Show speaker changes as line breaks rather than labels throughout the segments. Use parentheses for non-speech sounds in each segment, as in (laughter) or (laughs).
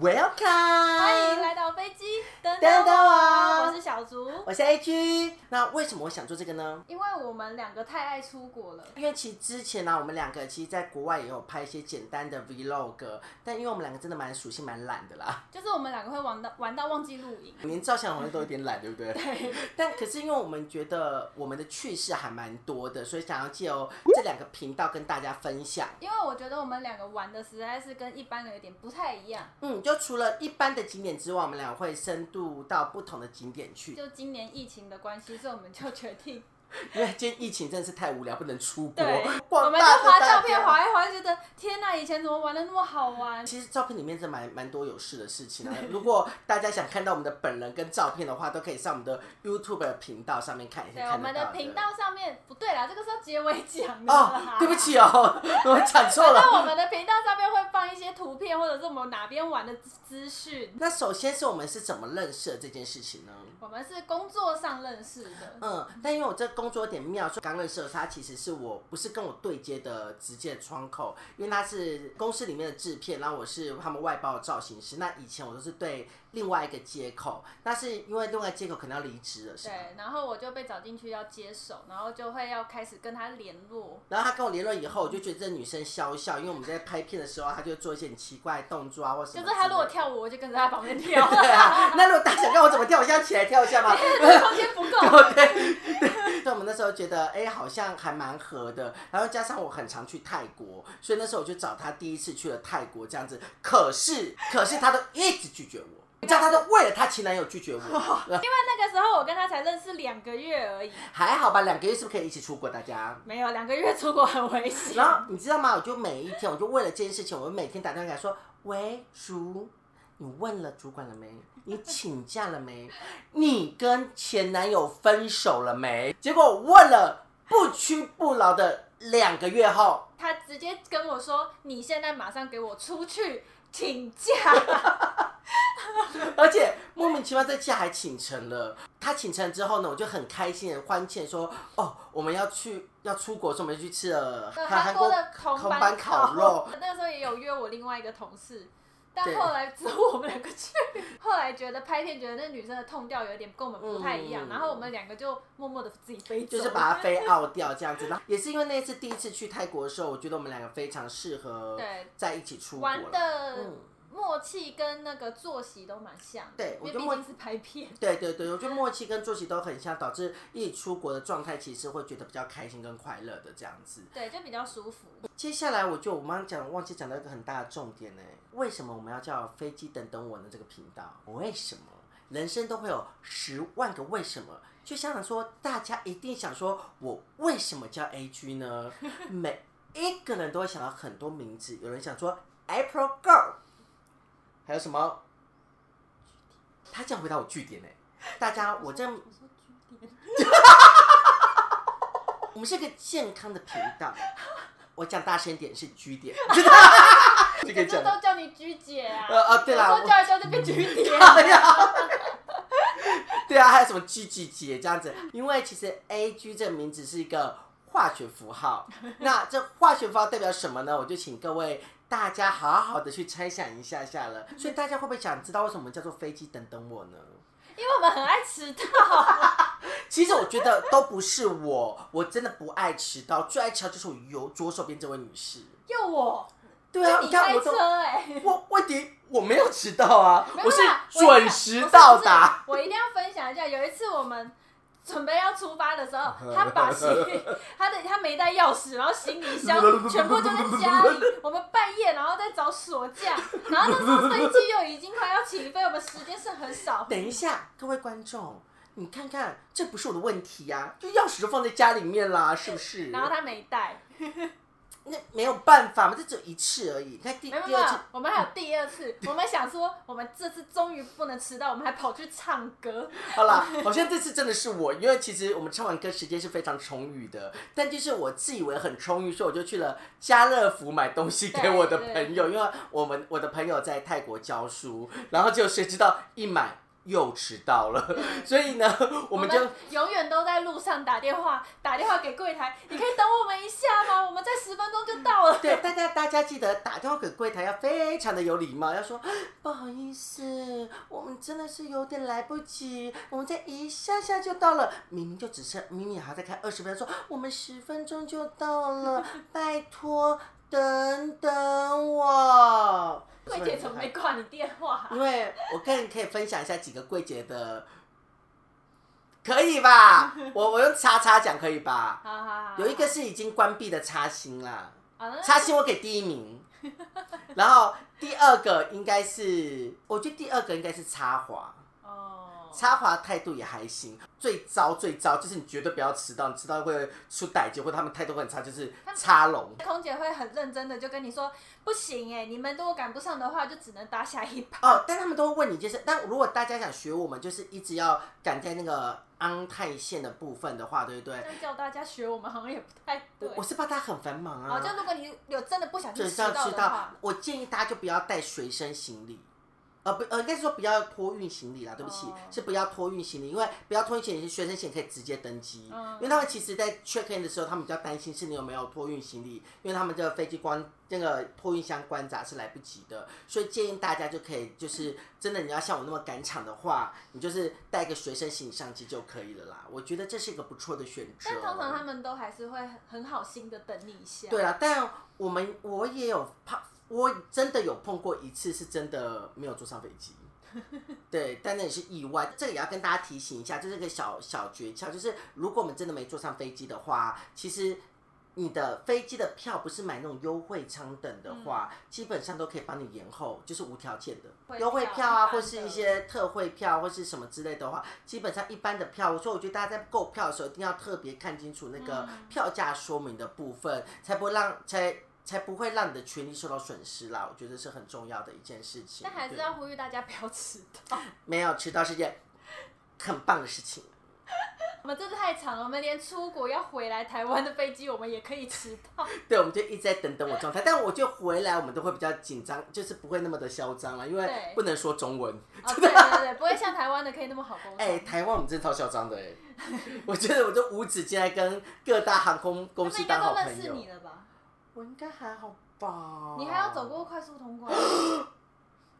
Welcome，
欢迎来到飞机，等
等
等
等我
我，我啊是小竹。
我是 A G。那为什么我想做这个呢？
因为我们两个太爱出国了，
因为其实之前呢、我们两个其实在国外也有拍一些简单的 vlog，但因为我们两个真的蛮属性蛮懒的
(laughs)
啦，
就是我们两个会玩到玩到忘记录影。
连照相好像都有点懒，对不对？
对，
但可是因为我们觉得我们的趣事还蛮多的，所以想要借由这两个频道跟大家分享。
因为我觉得我们两个玩的实在是跟一般人有点不太一样。
嗯，就除了一般的景点之外，我们俩会深度到不同的景点去。
就今年疫情的关系，所以我们就决 (laughs) 定，
因为今天疫情真的是太无聊，不能出国
对，我
逛
们
大
就
的
划
大
照片
街
划一划，觉得天呐，以前怎么玩的那么好玩？
其实照片里面真蛮蛮多有事的事情啊。 (laughs) 如果大家想看到我们的本人跟照片的话，都可以上我们的 YouTube 的频道上面看一下。
对，
看得
我们
到
的
的
频道上面不对啦，这个是要结尾讲的
哦
啦，
对不起哦，我讲错
反正我
了。
们的频道上面会放一些图片，或者是我们哪边玩的资资讯。
那首先是我们是怎么认识的这件事情呢？
我们是工作上认识的，
嗯，但因为我这工作有点妙，所以刚认识的时候，他其实是我不是跟我对接的直接的窗口，因为他是公司里面的制片，然后我是他们外包的造型师。那以前我都是对另外一个接口，那是因为另外一个接口可能要离职了，是吗？
对，然后我就被找进去要接手，然后就会要开始跟他联络。
然后他跟我联络以后，我就觉得这女生肖笑，因为我们在拍片的时候，她就做一些很奇怪的动作啊，或什
就
么之
是
类的。
他如果跳舞，我就跟着他旁边
(laughs)
跳，
对啊，那如果大家想看我怎么跳，我现在起来跳一下
(laughs)
吗？
空间不够。
所以我们那时候觉得，哎、好像还蛮合的。然后加上我很常去泰国，所以那时候我就找他第一次去了泰国这样子。可是，可是他都一直拒绝我，你知道，他都为了他前男友拒绝我。
因为那个时候我跟他才认识两个月而已，
还好吧，两个月是不是可以一起出国？大家。
没有两个月出国很危险。
然后你知道吗？我就每一天，我就为了这件事情，我每天打电话给他说：“喂，叔，你问了主管了没？你请假了没？你跟前男友分手了没？”结果我问了不屈不挠的两个月后，
他直接跟我说：“你现在马上给我出去请假。
而且莫名其妙这假还请成了。他请成之后呢，我就很开心的欢庆说：“哦，我们要去要出国，所以我们就去吃了”韩
韩
国
国的
空
班
班烤肉。，
(laughs) 那个时候也有约我另外一个同事。但
对
后来只有我们两个去，后来觉得拍片，觉得那女生的痛调有点跟我们不太一样，
嗯
然后我们两个就默默的自己飞走
就
了，
是把它飞傲掉这样子。然后也是因为那一次第一次去泰国的时候，我觉得我们两个非常适合
对
在一起出国
玩
了。
的
嗯
默契跟那个作息都蛮像的，
对我觉
因为
得
毕
默
竟是拍片，
对对对，我觉得默契跟作息都很像，导致一起出国的状态其实会觉得比较开心跟快乐的这样子。
对，就比较舒服。
接下来我就我刚刚讲忘记讲到一个很大的重点呢，为什么我们要叫飞机等等我呢这个频道？为什么人生都会有十万个为什么？就想想说，大家一定想说我为什么叫 A G 呢？每一个人都会想到很多名字，有人想说 April Girl，还有什么？他这样回答我据点呢？大家，啊我这
我说据点
我们是个健康的频道，我讲大声一点是据点，这个
可是
讲。
都 (laughs) 叫你鞠姐啊，
呃呃对啦
有时候叫一叫就变鞠
(laughs)
姐，
哎呀，对啊，还有什么 G G 姐这样子？因为其实 A G 这个名字是一个化学符
(laughs)
号，那这化学符号代表什么呢？我就请各位大家好好的去猜想一下下了。所以大家会不会想知道为什么叫做飞机等等我呢？
因为我们很爱迟到。 (laughs)
其实我觉得都不是我，我真的不爱迟到，最爱迟到就是我右左手边这位女士。
又我，
对啊，
就
你
你
看
开
我都
车哎、欸。
我问题我没有迟到啊，
没有
我是
啦我一定
准
要
时到达。
不是不是我一定要分享一下，有一次我们准备要出发的
(laughs)
时候，他把行李， (laughs) 他的他没带钥匙，然后行李箱全部就在
(laughs)
家里。我们半夜然后再找锁匠，然后那时候飞机又已经快要起飞，我们时间剩很少。
等一下，各位观众，你看看，这不是我的问题呀、就钥匙就放在家里面啦，是不是？
然后他没带，
那没有办法嘛，这只有一次而已。你看第
没有没
第
有
二次，，
我们还有第二次，我们想说我们这次终于不能迟到，我们还跑去唱歌。
好啦， (laughs) 好像这次真的是我，因为其实我们唱完歌时间是非常充裕的，但就是我自以为很充裕，所以我就去了家乐福买东西给我的朋友，因为我们我的朋友在泰国教书，然后就谁知道一买又迟到
(laughs)
了，所以呢，我
我
们就
永远都在路上打电话，打电话给柜台，你可以等我们一下吗？我们在十分钟就到 (laughs) 了。
对大家大家记得打电话给柜台要非常的有礼貌，要说 (gasps) 不好意思，我们真的是有点来不及，我们在一下下就到了，明明就只剩明明还在开二十分钟，说我们十分钟就到了， (laughs) 拜托等等我。
柜姐怎么没挂你电话啊、
因为我跟你可以分享一下几个柜姐的，可以吧？我我用叉叉讲可以吧？
好好好，
有一个是已经关闭的叉星啦，
好那
叉星我给第一名，然后第二个应该是，我觉得第二个应该是插华，
哦，
插华态度也还行。最糟最糟就是你绝对不要迟到，你迟到会出歹结，或他们态度会很差，就是插龙。
空姐会很认真的就跟你说，不行哎、你们如果赶不上的话，就只能搭下一班。
哦，但他们都会问你一件事。但如果大家想学我们，就是一直要赶在那个安泰线的部分的话，对不对
这？样叫大家学我们好像也不太对
我。我是怕大家很繁忙
好，
啊，
就如果你有真的不小心
准
迟
是要
到
知
的
道
话，。
我建议大家就不要带随身行李，呃不呃，应该是说不要托运行李啦。对不起，
哦
是不要托运行李，因为不要托运行李，学生行李可以直接登机。
嗯
因为他们其实，在 check in 的时候，他们比较担心是你有没有托运行李，因为他们这个飞机关那个托运箱关闸是来不及的，所以建议大家就可以，就是真的你要像我那么赶场的话，你就是带一个随身行李上机就可以了啦。我觉得这是一个不错的选择。
但通常他们都还是会很很好心的等你一下。
对啊，但我们我也有怕，我真的有碰过一次，是真的没有坐上飞机。
(laughs)
对，但那也是意外。这个也要跟大家提醒一下，就是个小小诀窍，就是如果我们真的没坐上飞机的话，其实你的飞机的票不是买那种优惠舱等的话，基本上都可以帮你延后，就是无条件
嗯会
的优惠票啊，
票
或
一般
是
的
一些特惠票或是什么之类的话，基本上一般的票，我说我觉得大家在购票的时候一定要特别看清楚那个
嗯
票价说明的部分，才不会让才才不会让你的权利受到损失啦。我觉得是很重要的一件事情。
但还是
对
要呼吁大家不要迟到。
没有迟到是件很棒的事情。
(laughs) 我们真的太长了，我们连出国要回来台湾的飞机，我们也可以迟
(laughs)
到。
对，我们就一直在等等我状态，但我就回来，我们都会比较紧张，就是不会那么的嚣张了，因为
对
不能说中文。
哦，对对对，不会像台湾的可以那么好沟通。
哎、台湾我们真的超嚣张的哎、 (laughs) 我觉得我就无止境来跟各大航空
他
公
们
司
应该
当
都
好
认
朋
识
友
你。了吧？
我应该还好吧。
你还要走？过快速通关？
哦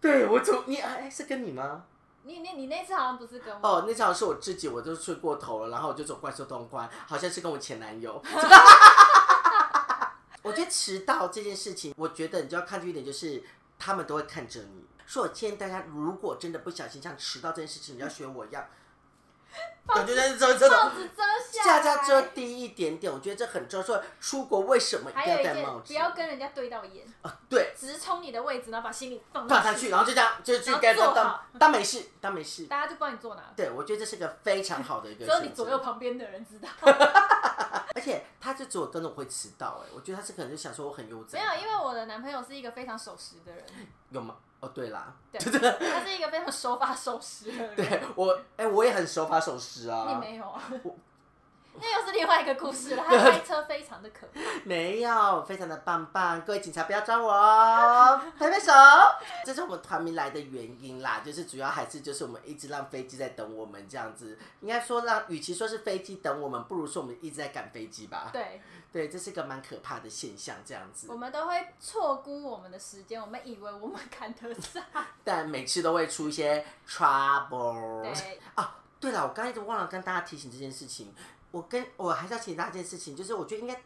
对，我走。你哎、哎是跟你吗？
你你你那次好像不是跟我，
哦，那场是我自己，我就睡过头了，然后我就走快速通关，好像是跟我前男友。 (laughs) 我觉得迟到这件事情，我觉得你就要看出一点，就是他们都会看着你。所以我建议大家，如果真的不小心像迟到这件事情，你要学我一样，
(laughs)
我觉得真的真
帽
的
子遮下
下
来，
架遮低一点点，我觉得这很重要。所以出国为什么一定
还有
要
一
戴帽子？
件，不要跟人家对到眼，
啊，对，
直冲你的位置，然后把行李放
放上去，然后就这样，就就
然后
该当
坐
当
好
当没事，当没事。
大家就不知道你坐哪，
对，我觉得这是个非常好的一个
只
选择。
有你左右旁边的人知道。
而且他就只有跟着我会迟到、哎，我觉得他是可能就想说我很悠哉，
没有，因为我的男朋友是一个非常守时的人，
有吗？哦，对啦， (laughs)
对
对对
他是一个非常守法守时的人。
对，我哎、我也很手法手势
你
啊，
没有啊
我？
(laughs) 那又是另外一个故事了。他开车非常的可怕。
没有，非常的棒棒，各位警察不要抓我
(laughs)
哦，拍拍手，这是我们团名来的原因啦，就是主要还是就是我们一直让飞机在等我们这样子，应该说让，与其说是飞机等我们，不如说我们一直在赶飞机吧，
对，
对，这是个蛮可怕的现象，这样子
我，们都会错估我们的时间，我们以为我们赶得上。
但每次都会出一些 trouble，
对，
啊，对了，我刚才一直忘了跟大家提醒这件事情。我跟我还是要提醒大家一件事情，就是我觉得应该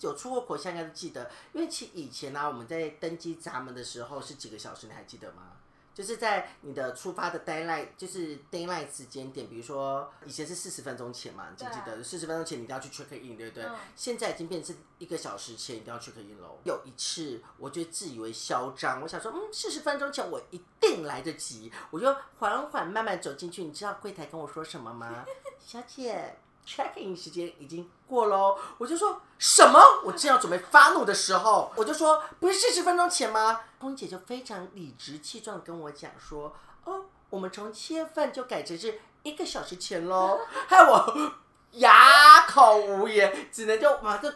有出过国，现在应该都记得，因为其实以前呢、啊我们在登机闸门的时候是几个小时，你还记得吗？就是在你的出发的 d a y l i g h t 就是 d a y l i g h t 时间点，比如说以前是四十分钟前嘛，你记不记得？四十分钟前你一定要去 check in，对不对？
嗯
现在已经变成是一个小时前一定要 check in 喽。有一次，我就自以为嚣张，我想说，嗯，四十分钟前我一定来得及，我就缓缓慢慢走进去。你知道柜台跟我说什么吗？小姐，check in 时间已经过喽。我就说什么？我正要准备发怒的时候，我就说不是四十分钟前吗？空姐就非常理直气壮地跟我讲说，哦，我们从七月份就改成是一个小时前喽， (laughs) 害我哑口无言，只能就马上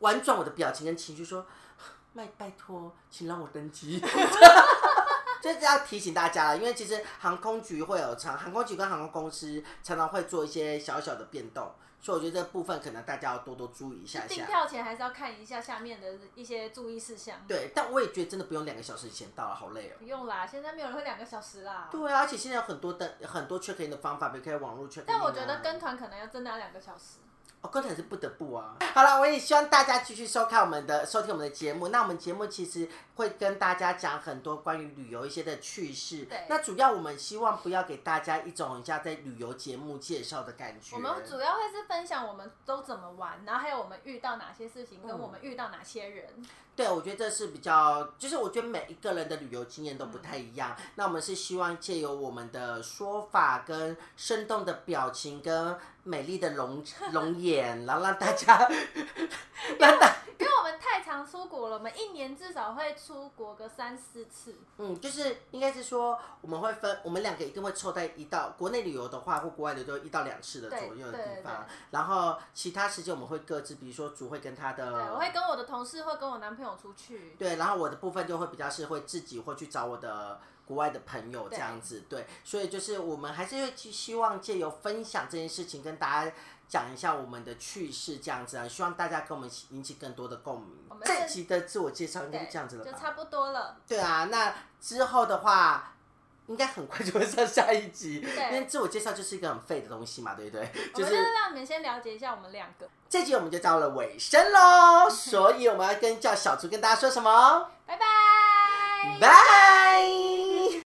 婉 (laughs) 转我的表情跟情绪说，拜拜托，请让我登机。就是要提醒大家了，因为其实航空局会有常，航空局跟航空公司常常会做一些小小的变动，所以我觉得这部分可能大家要多多注意一下
订
下。
票前还是要看一下下面的一些注意事项。
对，但我也觉得真的不用两个小时以前到了，好累哦。
不用啦，现在没有人会两个小时啦。
对啊，而且现在有很多的很多 check in 的方法，比如可以网络 check in 啊、
但我觉得跟团可能要真的要两个小时。
哦，刚才是不得不啊。好了，我也希望大家继续收看我们的收听我们的节目。那我们节目其实会跟大家讲很多关于旅游一些的趣事
对。
那主要我们希望不要给大家一种很像在旅游节目介绍的感觉。
我们主要会是分享我们都怎么玩，然后还有我们遇到哪些事情，跟我们遇到哪些人。
对，我觉得这是比较，就是我觉得每一个人的旅游经验都不太一样。
嗯
那我们是希望借由我们的说法、跟生动的表情、跟美丽的容容颜，然后让大家让大
因为我们太常出国了，我们一年至少会出国个三四次。
嗯，就是应该是说我们会分，我们两个一定会凑在一到国内旅游的话，或国外旅游一到两次的
对
左右的
对
地方
对。
然后其他时间我们会各自，比如说主会跟他的，
对，我会跟我的同事或跟我男朋友出去。
对，然后我的部分就会比较是会自己会去找我的国外的朋友这样子，对，所以就是我们还是会去希望借由分享这件事情跟大家讲一下我们的趣事这样子啊，希望大家跟我们引起更多的共鸣
我。们
这
是
集的自我介绍应该
对，
就这样子了
就
吧？
差不多了。
对啊，那之后的话。应该很快就会上下一集，因
对
为自我介绍就是一个很废的东西嘛，对不对？
我
就
们
是
就是让你们先了解一下我们两个。
这集我们就到了尾声
(laughs)
喽，所以我们要跟叫小猪跟大家说什么？
拜拜。
拜。